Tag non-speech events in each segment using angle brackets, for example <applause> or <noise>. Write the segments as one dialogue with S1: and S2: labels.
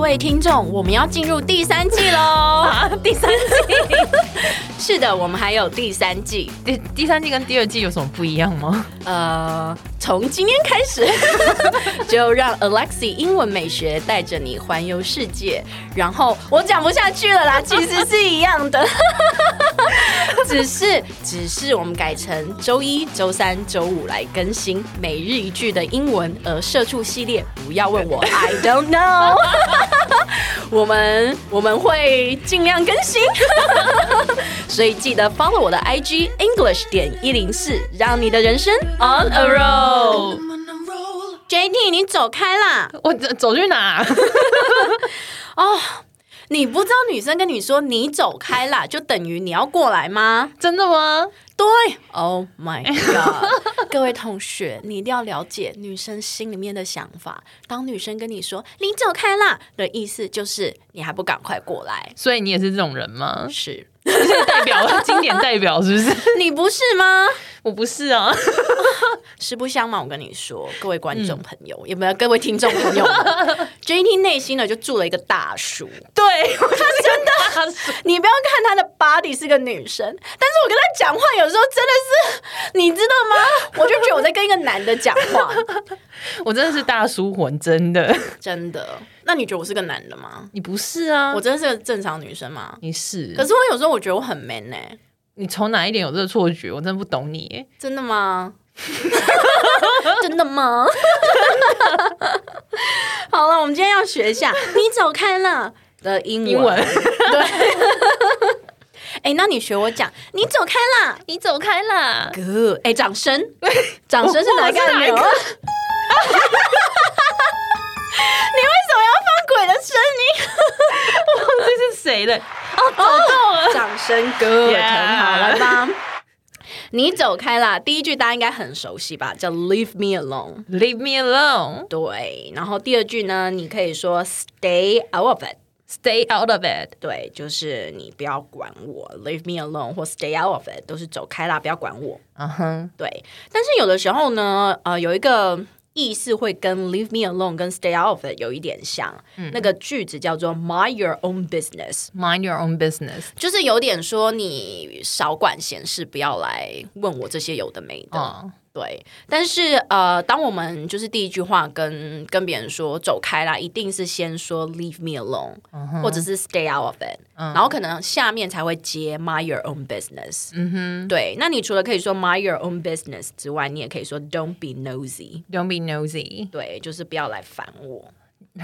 S1: 位听众，我们要进入第三季喽！
S2: 啊， <laughs> 第三季，
S1: 是的，我们还有第三季。
S2: 第第三季跟第二季有什么不一样吗？
S1: 呃，从今天开始， <laughs> 就让 Alexi 英文美学带着你环游世界。然后我讲不下去了
S2: <laughs>
S1: 啦，其实是一样的， <laughs> 只是只是我们改成周一、周三、周五来更新每日一句的英文，而社畜系列不要问我，I don't know 我们我们会尽量更新， <laughs> 所以记得 follow 我的 IG English 点一零四，让你的人生 on a roll。JT，你走开啦！
S2: <laughs> 我走走去哪？ <laughs>
S1: 哦，你不知道女生跟你说你走开啦，就等于你要过来吗？
S2: 真的吗？
S1: 对，Oh my god！各位 <laughs> 同学，你一定要了解女生心里面的想法。当女生跟你说“你走开啦”的意思，就是你还不赶快过来。
S2: 所以你也是这种人吗？
S1: 是
S2: 就是代表 <laughs> 经典代表是不是？
S1: 你不是吗？
S2: 我不是啊，
S1: 实不相瞒，我跟你说，各位观
S2: 嗯
S1: 众朋友，有没有各位听众朋友
S2: <laughs>
S1: 们？JT 内心呢就住了一个大叔，
S2: <laughs> 对， <laughs> 我真的
S1: 你不要看她的 body 是个女生，但是我跟她讲话有时候真的是，你知道吗？我就觉得我在跟一个男的讲话，
S2: 我真的是大叔魂，真的。
S1: 真的。那你觉得我是个男的吗？
S2: 你不是啊，
S1: 我真的是个正常女生吗？
S2: 你是。
S1: 可是我有时候我觉得我很 man 呢、
S2: 你从哪一点有这个错觉？我真的不懂你耶。
S1: 真的
S2: <laughs>
S1: 吗？真的吗？ <laughs> 好了，我们今天要学一下“你走开了”的英文。
S2: 英文
S1: 对。 <laughs> 哎、那你学我讲“你走开啦
S2: 你走开啦！”。
S1: 哥，哎，掌 <laughs> 声，掌声是哪一个按钮？你为什
S2: 我
S1: 么要
S2: 忘了
S1: <laughs> 放鬼的声音？
S2: <laughs> 这是谁的？
S1: <laughs> 掌声哥
S2: Yeah
S1: 很好了吧？你走开啦！第一句大家应该很熟悉吧，叫 “Leave me alone”。
S2: Leave me alone.
S1: 对，然后第二句呢，你可以说 “Stay out of it”。
S2: Stay out of it.
S1: 对，就是你不要管我，leave me alone 或 stay out of it，都是走开啦，不要管我。
S2: 嗯哼，
S1: 对，但是有的时候呢，呃，有一个意思会跟 leave me alone 跟 stay out of it 有一点像，那个句子叫做 mind your own business，
S2: mind your own business.
S1: 就是有点说你少管闲事，不要来问我这些有的没的。
S2: 哦，
S1: 对，但是呃，当我们就是第一句话跟跟别人说走开啦，一定是先说 leave me alone，、或
S2: 嗯
S1: 者是 stay out of it，、然后可能下面才会接 mind your own business。嗯哼，对，那你除了可以说 mind your own business 之外，你也可以说 don't be nosy，
S2: Don't be nosy.
S1: 对，就是不要来烦我。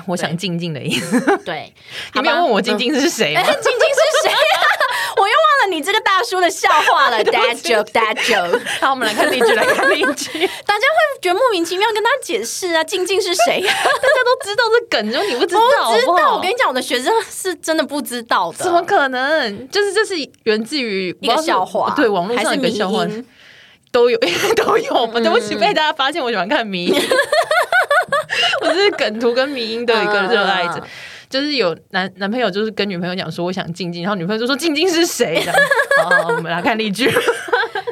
S2: 我想静静的意思。
S1: 对，
S2: <laughs> 你没有
S1: 好吧
S2: 问我静。静是谁
S1: 哎、
S2: 吗？
S1: 静静是谁啊？ <laughs> 我又忘了你这个大叔的笑话 <laughs> 了，dad joke，dad joke。
S2: <laughs> 好，我们来看例句，来看例句。
S1: 大家会觉得莫名其妙跟他解释啊，静静是谁、啊？
S2: <laughs> 大家都知道这梗，就你不知道，
S1: 不知
S2: 好不
S1: 道，<laughs>
S2: 好
S1: 我跟你讲，我的学生是真的不知道的。
S2: 怎么可能？就是这是源自于
S1: 一个笑话？
S2: 对网络
S1: 还
S2: 上
S1: 是
S2: 一个
S1: 迷
S2: 笑话
S1: 因
S2: 都有 <laughs> 都有嘛。对不起，被大家发现我喜欢看迷音， <laughs> 我是梗图跟迷音的一个热爱
S1: 嗯嗯
S2: <laughs> 者
S1: 嗯。
S2: 就是有男男朋友，就是跟女朋友讲说我想静静，然后女朋友就说静静是谁？这样好，好好我们来看例句。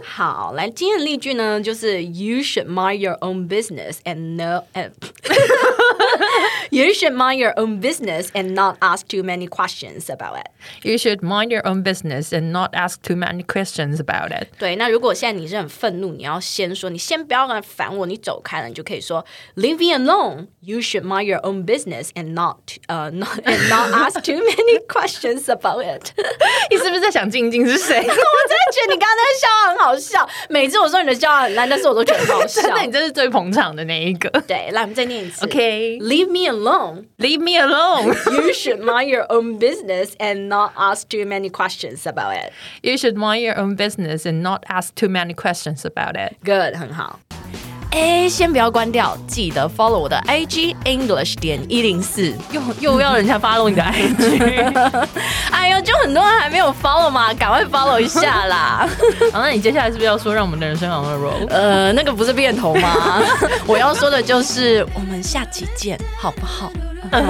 S1: 好，来今天的例句呢，就是 You should mind your own business and no and <laughs> You should mind your own business and not ask too many questions about it。
S2: <laughs> You should mind your own business and not ask too many questions about it.
S1: 对，那如果现在你是很愤怒，你要先说，你先不要跟他烦我，你走开了，你就可以说 Leave me alone. You should mind your own business and not 呃、not <laughs> and not ask too many <laughs> questions about it。
S2: <laughs>
S1: <laughs>
S2: 你是不是在想静静是谁？
S1: 我真的觉得你刚刚那个笑话很好笑。每次我说你的笑话很烂，但是我都觉得很好笑。
S2: 那 <laughs> 你真是最捧场的那一个。 <laughs>
S1: 对，来，我们再念一次。
S2: OK
S1: Leave me alone.
S2: Leave me alone.
S1: You should mind your own business and not ask too many questions about it.
S2: You should mind your own business and not ask too many questions about it.
S1: Good，很好。哎，先不要关掉，记得 follow 我的 IG English 点一零四。 <laughs>
S2: 又又要人家发动你的 <laughs> IG，
S1: 哎呦，就很多人还没有 follow 嘛，赶快 follow 一下啦。 <laughs>
S2: 好，那你接下来是不是要说让我们的人生 on a roll？
S1: 呃，那个不是变头吗？ <laughs> 我要说的就是，我们下期见，好不好？
S3: I